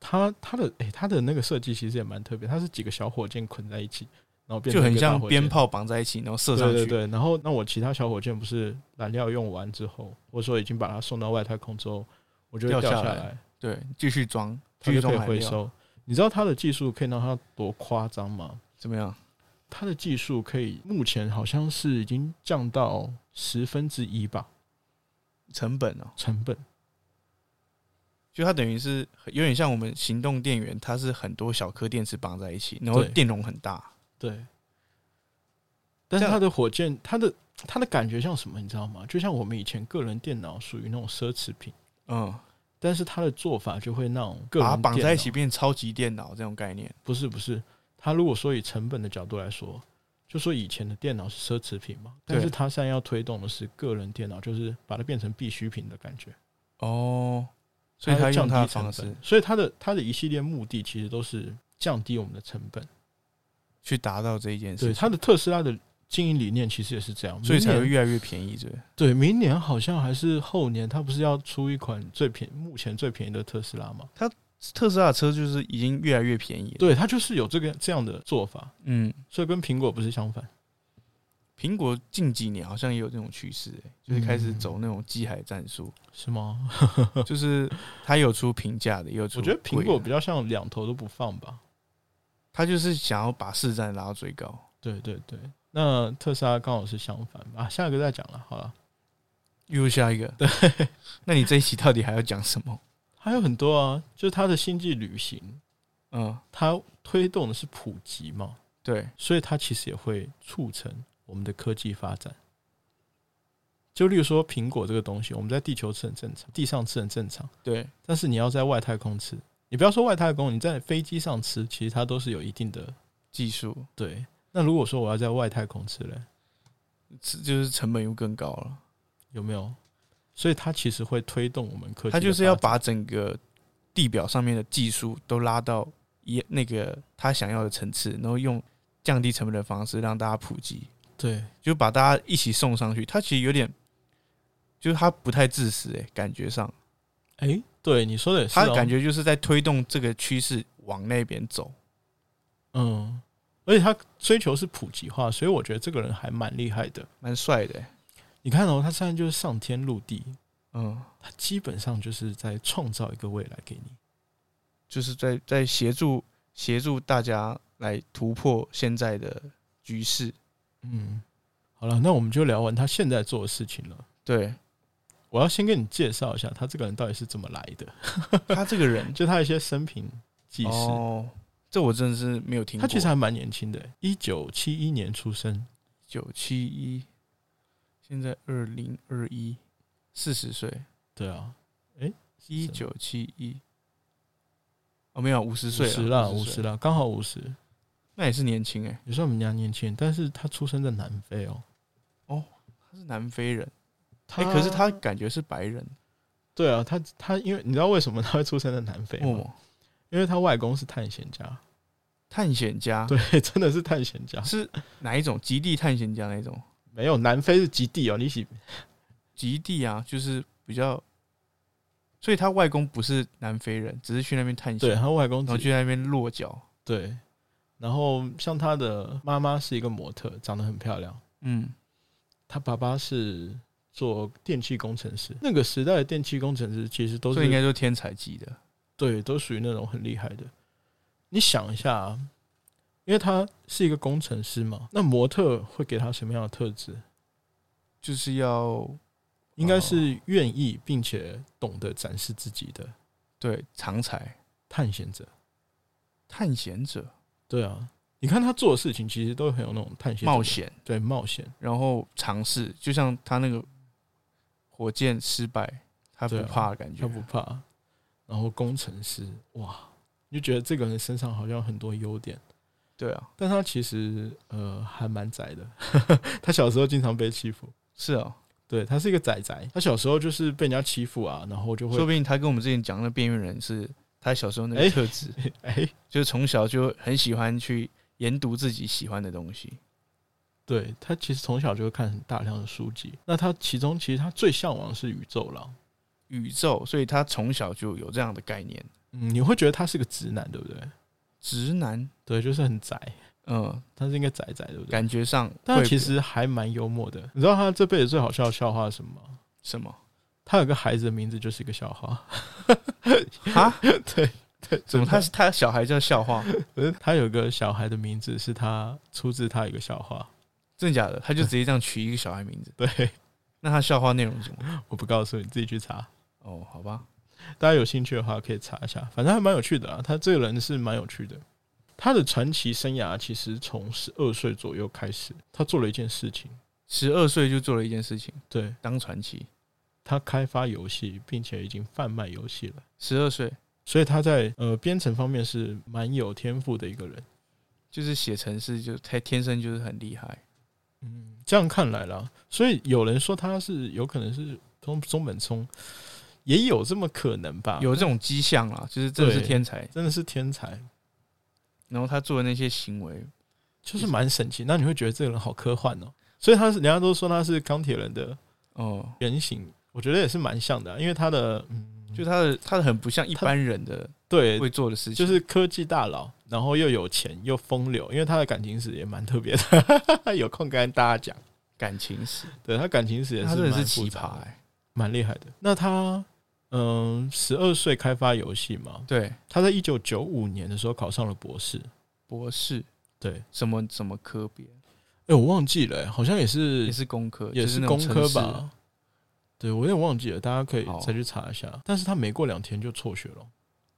[SPEAKER 1] 它它的诶、它的那个设计其实也蛮特别，它是几个小火箭捆在一起，然后变
[SPEAKER 2] 就
[SPEAKER 1] 成
[SPEAKER 2] 很
[SPEAKER 1] 一个大
[SPEAKER 2] 像
[SPEAKER 1] 火箭
[SPEAKER 2] 鞭。炮绑在一起，然后射
[SPEAKER 1] 对
[SPEAKER 2] 上
[SPEAKER 1] 对
[SPEAKER 2] 去。
[SPEAKER 1] 对，然后那我其他小火箭不是燃料用完之后，或者说已经把它送到外太空之后，我就会
[SPEAKER 2] 掉
[SPEAKER 1] 掉
[SPEAKER 2] 下
[SPEAKER 1] 下
[SPEAKER 2] 来
[SPEAKER 1] 来，
[SPEAKER 2] 对继续装，
[SPEAKER 1] 它就
[SPEAKER 2] 继续
[SPEAKER 1] 可
[SPEAKER 2] 装
[SPEAKER 1] 以
[SPEAKER 2] 海
[SPEAKER 1] 回
[SPEAKER 2] 料，
[SPEAKER 1] 收。你知道它的技术可以让它多夸张吗？
[SPEAKER 2] 怎么样？
[SPEAKER 1] 它的技术可以，目前好像是已经降到十分之一吧，
[SPEAKER 2] 成本哦，
[SPEAKER 1] 成本。
[SPEAKER 2] 就它等于是有点像我们行动电源，它是很多小颗电池绑在一起，然后
[SPEAKER 1] 对
[SPEAKER 2] 电容很大。
[SPEAKER 1] 对，但是
[SPEAKER 2] 这样
[SPEAKER 1] 它的火箭，它的它的感觉像什么，你知道吗？就像我们以前个人电脑属于那种奢侈品，
[SPEAKER 2] 嗯，
[SPEAKER 1] 但是它的做法就会那种个人
[SPEAKER 2] 把它绑
[SPEAKER 1] 电
[SPEAKER 2] 在一
[SPEAKER 1] 脑
[SPEAKER 2] 起变超级电脑这种概念，
[SPEAKER 1] 不是不是，他如果说以成本的角度来说，就说以前的电脑是奢侈品嘛，
[SPEAKER 2] 对
[SPEAKER 1] 但是他现在要推动的是个人电脑，就是把它变成必需品的感觉，
[SPEAKER 2] 哦，所以
[SPEAKER 1] 它
[SPEAKER 2] 他
[SPEAKER 1] 要降
[SPEAKER 2] 用他
[SPEAKER 1] 低
[SPEAKER 2] 的
[SPEAKER 1] 成
[SPEAKER 2] 方
[SPEAKER 1] 本
[SPEAKER 2] 式，
[SPEAKER 1] 所以他的他的一系列目的其实都是降低我们的成本。
[SPEAKER 2] 去达到这一件
[SPEAKER 1] 对，
[SPEAKER 2] 事情，
[SPEAKER 1] 他的特斯拉的经营理念其实也是这样，
[SPEAKER 2] 所以
[SPEAKER 1] 明
[SPEAKER 2] 才
[SPEAKER 1] 年
[SPEAKER 2] 会越来越便宜，对不对。
[SPEAKER 1] 对，明年好像还是后年，他不是要出一款最便目前最便宜的特斯拉吗？
[SPEAKER 2] 特斯拉的车就是已经越来越便宜了，
[SPEAKER 1] 对，他就是有这个这样的做法，
[SPEAKER 2] 嗯，
[SPEAKER 1] 所以跟苹果不是相反。
[SPEAKER 2] 苹果近几年好像也有这种趋势、欸，就是开始
[SPEAKER 1] 嗯
[SPEAKER 2] 走那种机海战术，
[SPEAKER 1] 是吗？
[SPEAKER 2] 就是它有出平价的，也有
[SPEAKER 1] 嗯我
[SPEAKER 2] 出贵的。
[SPEAKER 1] 觉得苹果比较像两头都不放吧。
[SPEAKER 2] 它就是想要把市占拉到最高，
[SPEAKER 1] 对对对，那特斯拉刚好是相反啊。下一个再讲了，好了，
[SPEAKER 2] 又
[SPEAKER 1] [LAUGHS]
[SPEAKER 2] 下一个。对，那你这一期到底还要讲什么？
[SPEAKER 1] 还有很多啊，就是它的星际旅行，
[SPEAKER 2] 嗯，
[SPEAKER 1] 它推动的是普及嘛，
[SPEAKER 2] 对，
[SPEAKER 1] 所以它其实也会促成我们的科技发展。就例如说苹果这个东西，我们在地球吃很正常，地上吃很正常，
[SPEAKER 2] 对，
[SPEAKER 1] 但是你要在外太空吃，你不要说外太空，你在飞机上吃，其实它都是有一定的
[SPEAKER 2] 技术
[SPEAKER 1] 对。那如果说我要在外太空吃嘞，
[SPEAKER 2] 是就是成本又更高了。
[SPEAKER 1] 有没有？所以它其实会推动我们科技的发展，
[SPEAKER 2] 它就是要把整个地表上面的技术都拉到一那个它想要的层次，然后用降低成本的方式让大家普及。
[SPEAKER 1] 对
[SPEAKER 2] 就把大家一起送上去。他其实有点，就是他不太自私诶、欸感觉上，
[SPEAKER 1] 哎、对你说的也是、
[SPEAKER 2] 他
[SPEAKER 1] 哦，
[SPEAKER 2] 感觉就是在推动这个趋势往那边走。
[SPEAKER 1] 嗯，而且他追求是普及化，所以我觉得这个人还蛮厉害的。
[SPEAKER 2] 蛮帅的欸、
[SPEAKER 1] 你看哦，他现在就是上天入地，
[SPEAKER 2] 嗯，
[SPEAKER 1] 他基本上就是在创造一个未来给你。
[SPEAKER 2] 就是在在协助协助大家来突破现在的局势。
[SPEAKER 1] 嗯，好了，那我们就聊完他现在做的事情了。
[SPEAKER 2] 对
[SPEAKER 1] 我要先跟你介绍一下他这个人到底是怎么来的，
[SPEAKER 2] 他这
[SPEAKER 1] [LAUGHS]
[SPEAKER 2] 个人，
[SPEAKER 1] 就他一些生平记事。
[SPEAKER 2] 哦，这我真的是没有听
[SPEAKER 1] 他
[SPEAKER 2] 过。
[SPEAKER 1] 其实还蛮年轻的，一九七一年出生，
[SPEAKER 2] 九七一，现在二零二一，四十岁，
[SPEAKER 1] 对啊，
[SPEAKER 2] 一九七一。哦，没有五十岁
[SPEAKER 1] 五十啦，
[SPEAKER 2] 50
[SPEAKER 1] 五
[SPEAKER 2] 岁
[SPEAKER 1] 十啦，刚好五十，
[SPEAKER 2] 那也是年轻哎、
[SPEAKER 1] 也算我们家年轻人。但是他出生在南非哦，
[SPEAKER 2] 他是南非人，
[SPEAKER 1] 他、
[SPEAKER 2] 哎、可是他感觉是白人，
[SPEAKER 1] 对啊，他他因为你知道为什么他会出生在南非吗？
[SPEAKER 2] 哦，
[SPEAKER 1] 因为他外公是探险家，
[SPEAKER 2] 探险家，
[SPEAKER 1] 对，啊真的是探险家。
[SPEAKER 2] 是哪一种极地探险家那种？
[SPEAKER 1] 没有南非是极地哦，你喜
[SPEAKER 2] 极地啊，就是比较，所以他外公不是南非人，只是去那边探险，
[SPEAKER 1] 对啊他外公
[SPEAKER 2] 然后
[SPEAKER 1] 自己
[SPEAKER 2] 去那边落脚，
[SPEAKER 1] 对，然后像他的妈妈是一个模特，长得很漂亮。
[SPEAKER 2] 嗯，
[SPEAKER 1] 他爸爸是做电气工程师，那个时代的电气工程师其实都
[SPEAKER 2] 所以应该
[SPEAKER 1] 是
[SPEAKER 2] 就是天才级的，
[SPEAKER 1] 对，都属于那种很厉害的。你想一下、啊，因为他是一个工程师嘛，那模特会给他什么样的特质？
[SPEAKER 2] 就是要
[SPEAKER 1] 应该
[SPEAKER 2] 哦
[SPEAKER 1] 是愿意并且懂得展示自己的
[SPEAKER 2] 对常才
[SPEAKER 1] 探险者。
[SPEAKER 2] 探险者
[SPEAKER 1] 对啊，你看他做的事情其实都很有那种探险者的
[SPEAKER 2] 冒，险，
[SPEAKER 1] 对冒险，
[SPEAKER 2] 然后尝试，就像他那个火箭失败，他不
[SPEAKER 1] 对啊
[SPEAKER 2] 怕的感觉，
[SPEAKER 1] 他不怕。然后工程师，哇，你就觉得这个人身上好像很多优点，
[SPEAKER 2] 对啊，
[SPEAKER 1] 但他其实呃还蛮宅的。 [LAUGHS] 他小时候经常被欺负，
[SPEAKER 2] 是啊、
[SPEAKER 1] 对他是一个宅宅，他小时候就是被人家欺负啊，然后就
[SPEAKER 2] 说
[SPEAKER 1] 会
[SPEAKER 2] 不定他跟我们之前讲的边缘人是他小时候那
[SPEAKER 1] 哎
[SPEAKER 2] 个特质，
[SPEAKER 1] 哎、
[SPEAKER 2] 就是从小就很喜欢去研读自己喜欢的东西。
[SPEAKER 1] 对他其实从小就会看很大量的书籍。那他其中其实他最向往的是宇宙狼。
[SPEAKER 2] 宇宙，所以他从小就有这样的概念。
[SPEAKER 1] 嗯，你会觉得他是个直男，对不对？
[SPEAKER 2] 直男，
[SPEAKER 1] 对，就是很宅，
[SPEAKER 2] 嗯，
[SPEAKER 1] 他是应该宅宅，对不对？
[SPEAKER 2] 感觉上会，
[SPEAKER 1] 但其实还蛮幽默的。你知道他这辈子最好笑的笑话是什么吗？[LAUGHS]
[SPEAKER 2] 什么
[SPEAKER 1] 他有个孩子的名字就是一个笑话，
[SPEAKER 2] 啊？
[SPEAKER 1] 对对，
[SPEAKER 2] 怎
[SPEAKER 1] 真
[SPEAKER 2] 么他
[SPEAKER 1] 的
[SPEAKER 2] 他小孩叫笑话？
[SPEAKER 1] 可是他有个小孩的名字是他出自他一个笑话，
[SPEAKER 2] 真的假的？他就直接这样取一个小孩名字？
[SPEAKER 1] 对，
[SPEAKER 2] 那他笑话内容是什么？
[SPEAKER 1] 我不告诉你，自己去查。
[SPEAKER 2] 哦，好吧，
[SPEAKER 1] 大家有兴趣的话可以查一下，反正还蛮有趣的啊。他这个人是蛮有趣的。他的传奇生涯其实从十二岁左右开始，他做了一件事情，
[SPEAKER 2] 十二岁就做了一件事情，
[SPEAKER 1] 对
[SPEAKER 2] 当传奇。
[SPEAKER 1] 他开发游戏，并且已经贩卖游戏了。
[SPEAKER 2] 十二岁
[SPEAKER 1] 所以他在呃编程方面是蛮有天赋的一个人。
[SPEAKER 2] 就是写程式，就他天生就是很厉害。
[SPEAKER 1] 嗯，这样看来啦，所以有人说他是有可能是中中本聪，也有这么可能吧？
[SPEAKER 2] 有这种迹象啦，就是真的是
[SPEAKER 1] 对
[SPEAKER 2] 天才。
[SPEAKER 1] 真的是天才，
[SPEAKER 2] 然后他做的那些行为，
[SPEAKER 1] 就是蛮神奇。那你会觉得这个人好科幻哦、所以他是人家都说他是钢铁人的
[SPEAKER 2] 哦，
[SPEAKER 1] 原型，我觉得也是蛮像的啊、因为他的嗯，
[SPEAKER 2] 就他的他的很不像一般人的
[SPEAKER 1] 对，
[SPEAKER 2] 会做的事情，
[SPEAKER 1] 就是科技大佬，然后又有钱又风流，因为他的感情史也蛮特别的， [LAUGHS] 有空跟大家讲。
[SPEAKER 2] 感情史。
[SPEAKER 1] 对他感情史也是
[SPEAKER 2] 他真的是
[SPEAKER 1] 蛮
[SPEAKER 2] 奇
[SPEAKER 1] 复杂的
[SPEAKER 2] 葩、欸，
[SPEAKER 1] 蛮厉害的。那他嗯，十二岁开发游戏嘛，
[SPEAKER 2] 对，
[SPEAKER 1] 他在一九九五年的时候考上了博士。
[SPEAKER 2] 博士
[SPEAKER 1] 对，
[SPEAKER 2] 什么什么科别，
[SPEAKER 1] 哎、我忘记了、好像也是
[SPEAKER 2] 也是工科，
[SPEAKER 1] 也
[SPEAKER 2] 就是是那种
[SPEAKER 1] 工科
[SPEAKER 2] 城市
[SPEAKER 1] 吧？对，我有点忘记了，大家可以
[SPEAKER 2] 好
[SPEAKER 1] 再去查一下。但是他没过两天就辍学了，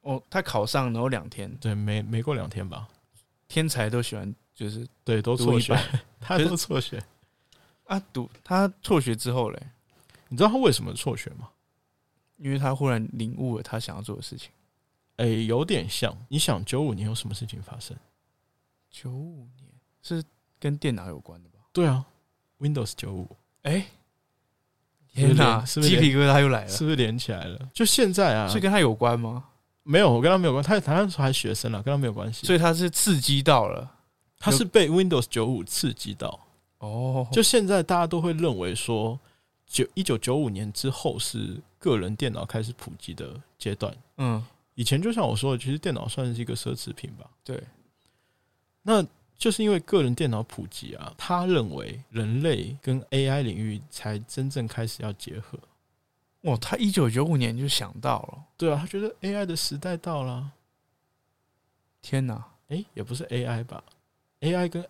[SPEAKER 2] 哦，他考上然后两天，
[SPEAKER 1] 对，没没过两天吧？
[SPEAKER 2] 天才都喜欢就是
[SPEAKER 1] 对，都
[SPEAKER 2] 读
[SPEAKER 1] 辍
[SPEAKER 2] 一
[SPEAKER 1] 学
[SPEAKER 2] 半，
[SPEAKER 1] [LAUGHS] 他
[SPEAKER 2] 就是
[SPEAKER 1] 都辍学。
[SPEAKER 2] 啊读他辍学之后嘞，
[SPEAKER 1] 你知道他为什么辍学吗？
[SPEAKER 2] 因为他忽然领悟了他想要做的事情。
[SPEAKER 1] 哎、有点像。你想九五年有什么事情发生？
[SPEAKER 2] 九五年是跟电脑有关的吧？
[SPEAKER 1] 对啊，Windows 九五
[SPEAKER 2] 哎、
[SPEAKER 1] 是不是
[SPEAKER 2] 天哪，
[SPEAKER 1] 是不是
[SPEAKER 2] 鸡皮疙瘩又来了，
[SPEAKER 1] 是不是连起来了？就现在啊，
[SPEAKER 2] 所以跟他有关吗？
[SPEAKER 1] 没有，我跟他没有关，他他那时候还学生了，啊跟他没有关系。
[SPEAKER 2] 所以他是刺激到了
[SPEAKER 1] 他是被 Windows 九五刺激到。
[SPEAKER 2] 哦，
[SPEAKER 1] 就现在大家都会认为说，九一九九五年之后是个人电脑开始普及的阶段。
[SPEAKER 2] 嗯
[SPEAKER 1] 以前就像我说的，其实电脑算是一个奢侈品吧。
[SPEAKER 2] 对，
[SPEAKER 1] 那就是因为个人电脑普及啊，他认为人类跟 AI 领域才真正开始要结合。
[SPEAKER 2] 哇，他一九九五年就想到了，
[SPEAKER 1] 对啊，他觉得 AI 的时代到了。
[SPEAKER 2] 天哪！
[SPEAKER 1] 诶，也不是 AI 吧？AI 跟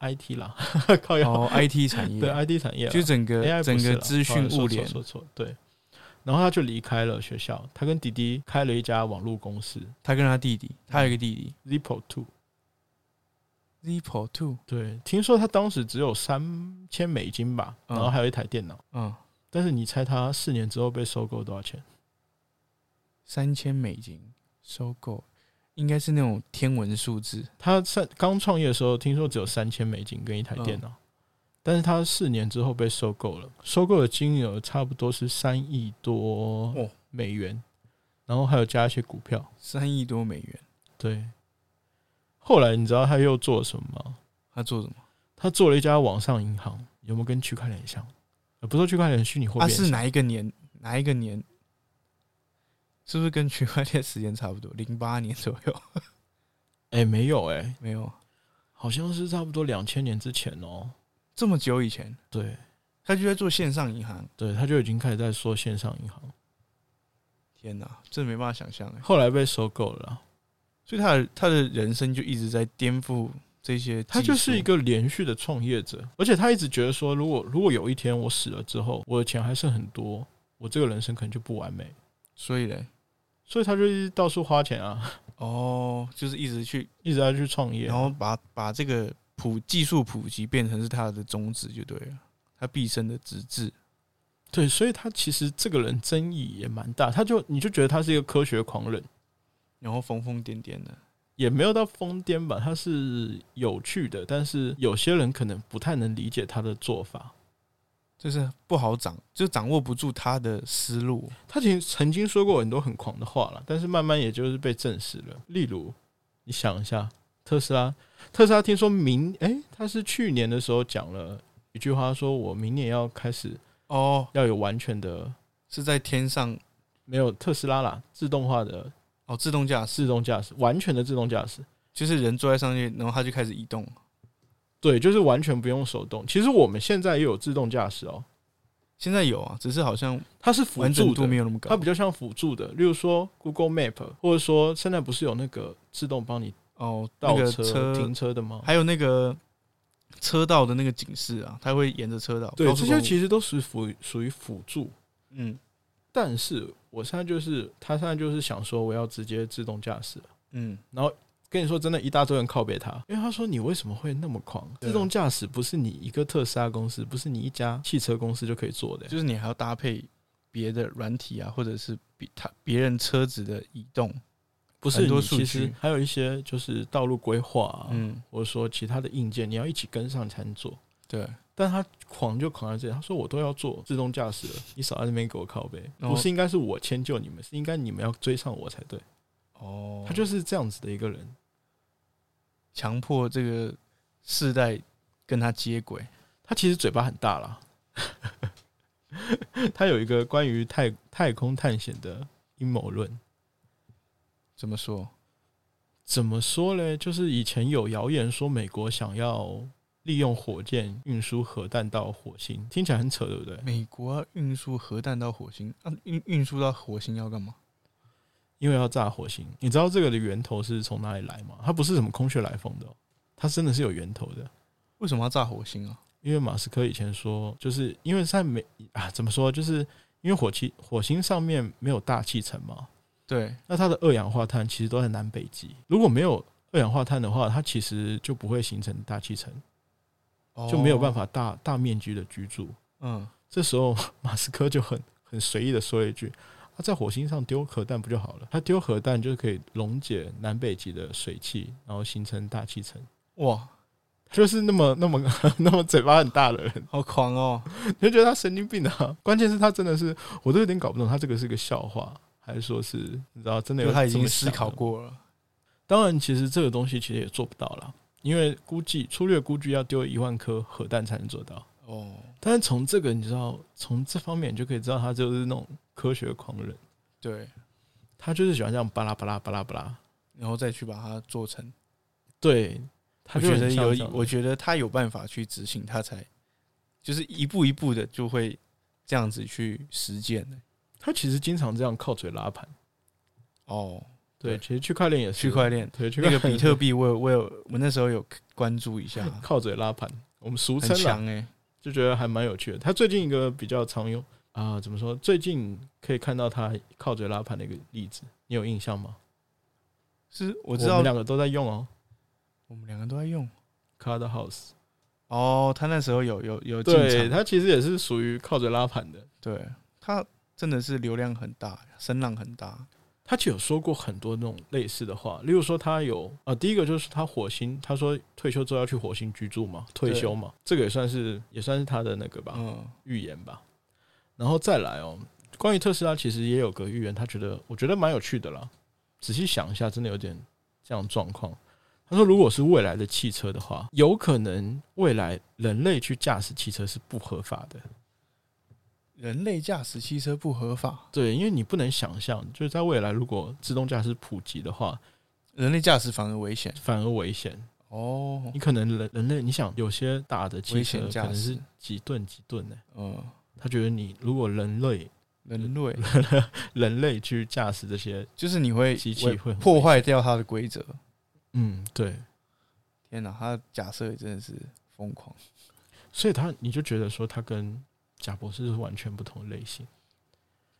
[SPEAKER 1] IT 啦， [LAUGHS] 靠腰、
[SPEAKER 2] 哦，IT 产业
[SPEAKER 1] 哎对 IT 产业啦，
[SPEAKER 2] 就整
[SPEAKER 1] AI
[SPEAKER 2] 个
[SPEAKER 1] 不
[SPEAKER 2] 整
[SPEAKER 1] 是
[SPEAKER 2] 个
[SPEAKER 1] 啦
[SPEAKER 2] 资讯
[SPEAKER 1] 哦
[SPEAKER 2] 物
[SPEAKER 1] 说错
[SPEAKER 2] 联，
[SPEAKER 1] 说错对。然后他就离开了学校，他跟弟弟开了一家网络公司
[SPEAKER 2] 他跟他弟弟，他
[SPEAKER 1] 嗯
[SPEAKER 2] 有一个弟弟
[SPEAKER 1] Zippo Two。
[SPEAKER 2] Zippo Two，
[SPEAKER 1] 对，听说他当时只有三千美金吧，
[SPEAKER 2] 嗯
[SPEAKER 1] 然后还有一台电脑。
[SPEAKER 2] 嗯，
[SPEAKER 1] 但是你猜他四年之后被收购多少钱？
[SPEAKER 2] 三千美金收购，应该是那种天文数字，
[SPEAKER 1] 他在刚创业的时候，听说只有三千美金跟一台电
[SPEAKER 2] 嗯
[SPEAKER 1] 脑，但是他四年之后被收购了，收购的金额差不多是三亿多
[SPEAKER 2] 哦
[SPEAKER 1] 美元，然后还有加一些股票。
[SPEAKER 2] 三亿多美元。
[SPEAKER 1] 对，后来你知道他又做了什么吗？
[SPEAKER 2] 他做什么？
[SPEAKER 1] 他做了一家网上银行，有没有跟区块链很像？呃，不是说区块链虚拟货币
[SPEAKER 2] 他
[SPEAKER 1] 很像，
[SPEAKER 2] 啊是哪一个年？哪一个年？ [LAUGHS] 是不是跟区块链时间差不多？零八年左右？ [LAUGHS]
[SPEAKER 1] 哎、没有哎、
[SPEAKER 2] 没有，啊
[SPEAKER 1] 好像是差不多两千年之前哦、
[SPEAKER 2] 这么久以前，
[SPEAKER 1] 对
[SPEAKER 2] 他就在做线上银行。
[SPEAKER 1] 对，他就已经开始在说线上银行，
[SPEAKER 2] 天哪，这没办法想象哎！
[SPEAKER 1] 后来被收购了啦。
[SPEAKER 2] 所以他的他的人生就一直在颠覆这些技术。
[SPEAKER 1] 他就是一个连续的创业者，而且他一直觉得说，如果如果有一天我死了之后，我的钱还剩很多，我这个人生可能就不完美，
[SPEAKER 2] 所以嘞，
[SPEAKER 1] 所以他就一直到处花钱啊， [LAUGHS]
[SPEAKER 2] 哦，就是一直去
[SPEAKER 1] 一直在去创业啊。
[SPEAKER 2] 然后把把这个普技术普及变成是他的宗旨就对了，他毕生的职志。
[SPEAKER 1] 对，所以他其实这个人争议也蛮大，他就你就觉得他是一个科学狂人，
[SPEAKER 2] 然后疯疯癫癫的，
[SPEAKER 1] 也没有到疯癫吧，他是有趣的，但是有些人可能不太能理解他的做法。
[SPEAKER 2] 就是不好掌，就掌握不住他的思路。
[SPEAKER 1] 他其实曾经说过很多很狂的话了，但是慢慢也就是被证实了。例如，你想一下，特斯拉，特斯拉听说明，诶，他是去年的时候讲了一句话，说我明年要开始
[SPEAKER 2] 哦，
[SPEAKER 1] 要有完全的
[SPEAKER 2] 是在天上
[SPEAKER 1] 没有特斯拉啦，自动化的
[SPEAKER 2] 哦，自动驾驶，
[SPEAKER 1] 自动驾驶，完全的自动驾驶。
[SPEAKER 2] 就是人坐在上面，然后他就开始移动。
[SPEAKER 1] 对，就是完全不用手动。其实我们现在也有自动驾驶哦，
[SPEAKER 2] 现在有啊，只是好像
[SPEAKER 1] 它是辅
[SPEAKER 2] 完整
[SPEAKER 1] 助
[SPEAKER 2] 度
[SPEAKER 1] 的，
[SPEAKER 2] 没有那么高
[SPEAKER 1] 它。比较像辅助的。例如说 Google Map，或者说现在不是有那个自动帮你
[SPEAKER 2] 哦，那
[SPEAKER 1] 倒
[SPEAKER 2] 个
[SPEAKER 1] 车、
[SPEAKER 2] 车
[SPEAKER 1] 停车的吗？
[SPEAKER 2] 还有那个车道的那个警示啊，它会沿着车道。
[SPEAKER 1] 对，
[SPEAKER 2] 高速
[SPEAKER 1] 哦这
[SPEAKER 2] 公
[SPEAKER 1] 些
[SPEAKER 2] 路
[SPEAKER 1] 其实都是属于属于辅助。
[SPEAKER 2] 嗯
[SPEAKER 1] 但是我现在就是，他现在就是想说，我要直接自动驾驶了，
[SPEAKER 2] 嗯，
[SPEAKER 1] 跟你说真的，一大堆人靠背他，因为他说你为什么会那么狂？
[SPEAKER 2] 对
[SPEAKER 1] 自
[SPEAKER 2] 啊
[SPEAKER 1] 动驾驶不是你一个特斯拉公司，不是你一家汽车公司就可以做的、
[SPEAKER 2] 就是你还要搭配别的软体啊，或者是比他别人车子的移动，
[SPEAKER 1] 不是
[SPEAKER 2] 很多
[SPEAKER 1] 你
[SPEAKER 2] 数
[SPEAKER 1] 其实
[SPEAKER 2] 据
[SPEAKER 1] 还有一些就是道路规划、啊，
[SPEAKER 2] 嗯，
[SPEAKER 1] 或者说其他的硬件，你要一起跟上才能做。
[SPEAKER 2] 对，
[SPEAKER 1] 但他狂就狂在这里，他说我都要做自动驾驶了，你少在那边给我靠背，
[SPEAKER 2] 哦
[SPEAKER 1] 不是应该是我迁就你们，是应该你们要追上我才对。
[SPEAKER 2] 哦，
[SPEAKER 1] 他就是这样子的一个人，
[SPEAKER 2] 强迫这个世代跟他接轨，
[SPEAKER 1] 他其实嘴巴很大啦。 [LAUGHS] 他有一个关于太太空探险的阴谋论，
[SPEAKER 2] 怎么说？
[SPEAKER 1] 怎么说嘞？就是以前有谣言说美国想要利用火箭运输核弹到火星，听起来很扯，对不对？
[SPEAKER 2] 美国要运输核弹到火星，啊，运运输到火星要干嘛？
[SPEAKER 1] 因为要炸火星，你知道这个的源头是从哪里来吗？它不是什么空穴来风的哦、它真的是有源头的。
[SPEAKER 2] 为什么要炸火星啊？
[SPEAKER 1] 因为马斯克以前说，就是因为在美啊，怎么说，就是因为火气火星上面没有大气层嘛，
[SPEAKER 2] 对，
[SPEAKER 1] 那它的二氧化碳其实都在南北极。如果没有二氧化碳的话，它其实就不会形成大气层，哦就没有办
[SPEAKER 2] 法，
[SPEAKER 1] 法大大面积的居住。
[SPEAKER 2] 嗯，
[SPEAKER 1] 这时候马斯克就很很随意的说了一句：“他、在火星上丢核弹不就好了？他丢核弹就可以溶解南北极的水汽，然后形成大气层。”
[SPEAKER 2] 哇，
[SPEAKER 1] 就是那么那么 [LAUGHS] 那么嘴巴很大的人，
[SPEAKER 2] 好狂哦！
[SPEAKER 1] 你就觉得他神经病啊！ [LAUGHS] 关键是他真的是，我都有点搞不懂，他这个是个笑话，还是说是你知道真的有
[SPEAKER 2] 就他已
[SPEAKER 1] 这么
[SPEAKER 2] 经思
[SPEAKER 1] 想的
[SPEAKER 2] 考过了，
[SPEAKER 1] 当然，其实这个东西其实也做不到啦，因为估计粗略估计要丢一万颗核弹才能做到。
[SPEAKER 2] 哦，
[SPEAKER 1] 但是从这个你知道，从这方面你就可以知道他就是那种科学狂人，
[SPEAKER 2] 对，
[SPEAKER 1] 他就是喜欢这样巴拉巴拉巴拉巴拉。
[SPEAKER 2] 然后再去把它做成。
[SPEAKER 1] 对，他
[SPEAKER 2] 我
[SPEAKER 1] 就
[SPEAKER 2] 觉得
[SPEAKER 1] 很像这
[SPEAKER 2] 有，
[SPEAKER 1] 样
[SPEAKER 2] 我觉得他有办法去执行，他才就是一步一步的就会这样子去实践的。
[SPEAKER 1] 他其实经常这样靠嘴拉盘。
[SPEAKER 2] 哦，
[SPEAKER 1] 对，
[SPEAKER 2] 对
[SPEAKER 1] 其实区块链也是
[SPEAKER 2] 区块链
[SPEAKER 1] 对区块
[SPEAKER 2] 那个
[SPEAKER 1] 链
[SPEAKER 2] 比特币我有，我有我那时候有 [LAUGHS] 关注一下，
[SPEAKER 1] 靠嘴拉盘，我们俗
[SPEAKER 2] 很
[SPEAKER 1] 称啦，
[SPEAKER 2] 强哎、
[SPEAKER 1] 就觉得还蛮有趣的。他最近一个比较常用啊、怎么说？最近可以看到他靠嘴拉盘的一个例子，你有印象吗？
[SPEAKER 2] 是我
[SPEAKER 1] 我
[SPEAKER 2] 知道
[SPEAKER 1] 们两个都在用哦
[SPEAKER 2] 我们两个都在用。
[SPEAKER 1] ，Card House。
[SPEAKER 2] 哦，他那时候有有有进
[SPEAKER 1] 对，
[SPEAKER 2] 场，
[SPEAKER 1] 它其实也是属于靠嘴拉盘的。
[SPEAKER 2] 对他真的是流量很大，声浪很大。
[SPEAKER 1] 他其实有说过很多那种类似的话，例如说他有啊、呃第一个就是他火星，他说退休之后要去火星居住嘛，退休嘛，这个也算是也算是他的那个吧、
[SPEAKER 2] 嗯，
[SPEAKER 1] 预言吧。然后再来哦，关于特斯拉其实也有个预言，他觉得我觉得蛮有趣的啦。仔细想一下，真的有点这样的状况。他说，如果是未来的汽车的话，有可能未来人类去驾驶汽车是不合法的。
[SPEAKER 2] 人类驾驶汽车不合法，
[SPEAKER 1] 对，因为你不能想象，就是在未来如果自动驾驶普及的话，
[SPEAKER 2] 人类驾驶反而危险。
[SPEAKER 1] 反而危险。
[SPEAKER 2] 哦
[SPEAKER 1] 你，可能人人类，你想有些大的汽
[SPEAKER 2] 危
[SPEAKER 1] 车
[SPEAKER 2] 险
[SPEAKER 1] 可
[SPEAKER 2] 驾
[SPEAKER 1] 能是
[SPEAKER 2] 驶
[SPEAKER 1] 几吨几吨呢、
[SPEAKER 2] 嗯，
[SPEAKER 1] 他觉得你如果人类
[SPEAKER 2] 人类
[SPEAKER 1] 人类去驾驶这些，
[SPEAKER 2] 就是你会
[SPEAKER 1] 机器
[SPEAKER 2] 会
[SPEAKER 1] 会很
[SPEAKER 2] 破坏掉它的规则。
[SPEAKER 1] 嗯，对，
[SPEAKER 2] 天哪，他的假设也真的是疯狂。
[SPEAKER 1] 所以他你就觉得说他跟贾博士是完全不同的类型。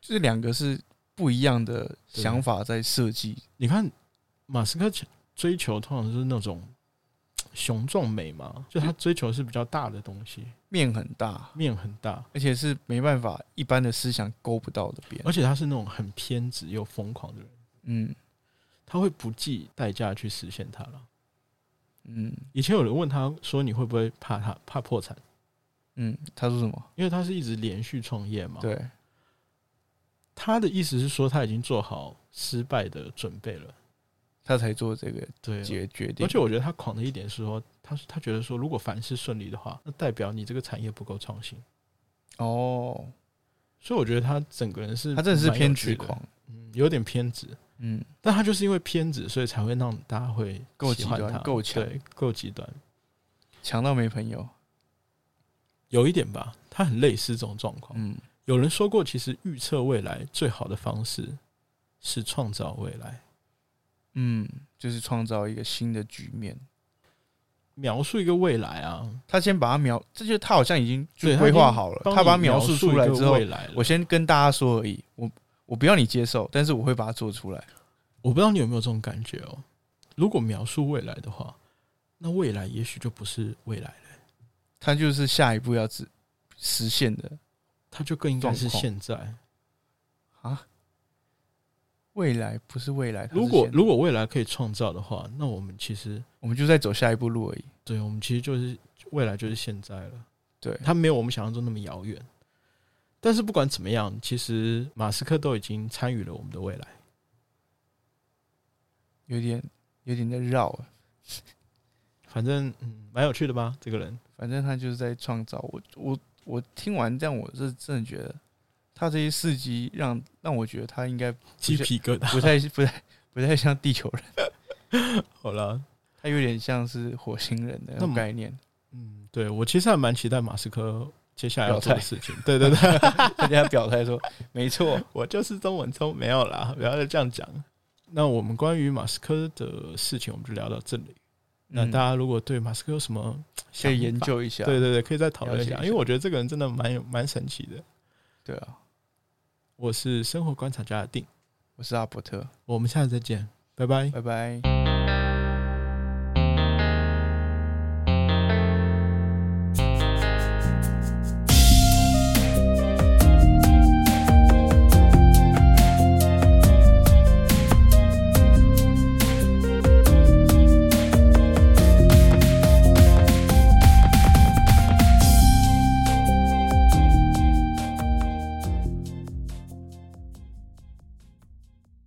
[SPEAKER 2] 就是两个是不一样的想法在设计。
[SPEAKER 1] 你看马斯克追求通常是那种嘖雄壮美嘛，就他追求是比较大的东西，
[SPEAKER 2] 面很大，
[SPEAKER 1] 面很大，
[SPEAKER 2] 而且是没办法一般的思想勾不到的边。
[SPEAKER 1] 而且他是那种很偏执又疯狂的人。
[SPEAKER 2] 嗯
[SPEAKER 1] 他会不计代价去实现它了。
[SPEAKER 2] 嗯
[SPEAKER 1] 以前有人问他说：“你会不会怕他怕破产
[SPEAKER 2] 嗯，他说什么？？”
[SPEAKER 1] 因为他是一直连续创业嘛。，
[SPEAKER 2] 对，
[SPEAKER 1] 他的意思是说他已经做好失败的准备了。
[SPEAKER 2] 他才做这个
[SPEAKER 1] 对，啊
[SPEAKER 2] 决决定。
[SPEAKER 1] 而且我觉得他狂的一点是说，他他觉得说，如果凡事顺利的话，那代表你这个产业不够创新。
[SPEAKER 2] 哦，
[SPEAKER 1] 所以我觉得他整个人是
[SPEAKER 2] 他真的是
[SPEAKER 1] 蛮有
[SPEAKER 2] 偏
[SPEAKER 1] 趣
[SPEAKER 2] 执
[SPEAKER 1] 的，
[SPEAKER 2] 狂。
[SPEAKER 1] 嗯，有点偏执。
[SPEAKER 2] 嗯，
[SPEAKER 1] 但他就是因为偏执，所以才会让大家会
[SPEAKER 2] 够
[SPEAKER 1] 喜欢
[SPEAKER 2] 极端
[SPEAKER 1] 他，
[SPEAKER 2] 够强
[SPEAKER 1] 对，够极端，
[SPEAKER 2] 强到没朋友。
[SPEAKER 1] 有一点吧。他很类似这种状况。
[SPEAKER 2] 嗯，
[SPEAKER 1] 有人说过，其实预测未来最好的方式是创造未来。
[SPEAKER 2] 嗯，就是创造一个新的局面。
[SPEAKER 1] 描述一个未来啊，
[SPEAKER 2] 他先把它描，这就是他好像已经
[SPEAKER 1] 对
[SPEAKER 2] 就
[SPEAKER 1] 他
[SPEAKER 2] 规
[SPEAKER 1] 已
[SPEAKER 2] 划
[SPEAKER 1] 经
[SPEAKER 2] 好了，
[SPEAKER 1] 帮
[SPEAKER 2] 他
[SPEAKER 1] 你
[SPEAKER 2] 把它
[SPEAKER 1] 描
[SPEAKER 2] 述
[SPEAKER 1] 述
[SPEAKER 2] 出来
[SPEAKER 1] 一个
[SPEAKER 2] 之后
[SPEAKER 1] 未，来了
[SPEAKER 2] 我先跟大家说而已。我我不要你接受，但是我会把它做出来。
[SPEAKER 1] 我不知道你有没有这种感觉哦。如果描述未来的话，那未来也许就不是未来了，
[SPEAKER 2] 它就是下一步要实实现的
[SPEAKER 1] 它就更应该是
[SPEAKER 2] 状况
[SPEAKER 1] 现在。
[SPEAKER 2] 啊。未来不是未来，它是
[SPEAKER 1] 如果
[SPEAKER 2] 现在
[SPEAKER 1] 如果未来可以创造的话，那我们其实
[SPEAKER 2] 我们就在走下一步路而已。
[SPEAKER 1] 对我们其实就是未来就是现在了，
[SPEAKER 2] 对，
[SPEAKER 1] 它没有我们想象中那么遥远。但是不管怎么样，其实马斯克都已经参与了我们的未来。
[SPEAKER 2] 有点有点在绕啊，
[SPEAKER 1] 反正嗯，蛮有趣的吧，这个人。
[SPEAKER 2] 反正他就是在创造。我我我听完这样，我是真的觉得他这些事迹让让我觉得他应该
[SPEAKER 1] 鸡皮疙瘩。[LAUGHS]
[SPEAKER 2] 不太不太不太像地球人，
[SPEAKER 1] 好了，
[SPEAKER 2] 他有点像是火星人的那
[SPEAKER 1] 那
[SPEAKER 2] 种
[SPEAKER 1] 么
[SPEAKER 2] 概念。
[SPEAKER 1] 嗯，对我其实还蛮期待马斯克接下来要做
[SPEAKER 2] 表态
[SPEAKER 1] 的事情。对对对，
[SPEAKER 2] 大家表态说，没错，
[SPEAKER 1] 我就是中文聪，没有啦，不要再这样讲。那我们关于马斯克的事情，我们就聊到这里。那
[SPEAKER 2] 嗯
[SPEAKER 1] 大家如果对马斯克有什么
[SPEAKER 2] 可
[SPEAKER 1] 想
[SPEAKER 2] 以研
[SPEAKER 1] 法，
[SPEAKER 2] 究一下。
[SPEAKER 1] 对对对，可以再讨论一
[SPEAKER 2] 了
[SPEAKER 1] 下，
[SPEAKER 2] 解一下
[SPEAKER 1] 因为我觉得这个人真的蛮有蛮神奇的。
[SPEAKER 2] 对啊，
[SPEAKER 1] 我是生活观察家的定，
[SPEAKER 2] 我是阿伯特，
[SPEAKER 1] 我们下次再见，拜拜。
[SPEAKER 2] 拜拜。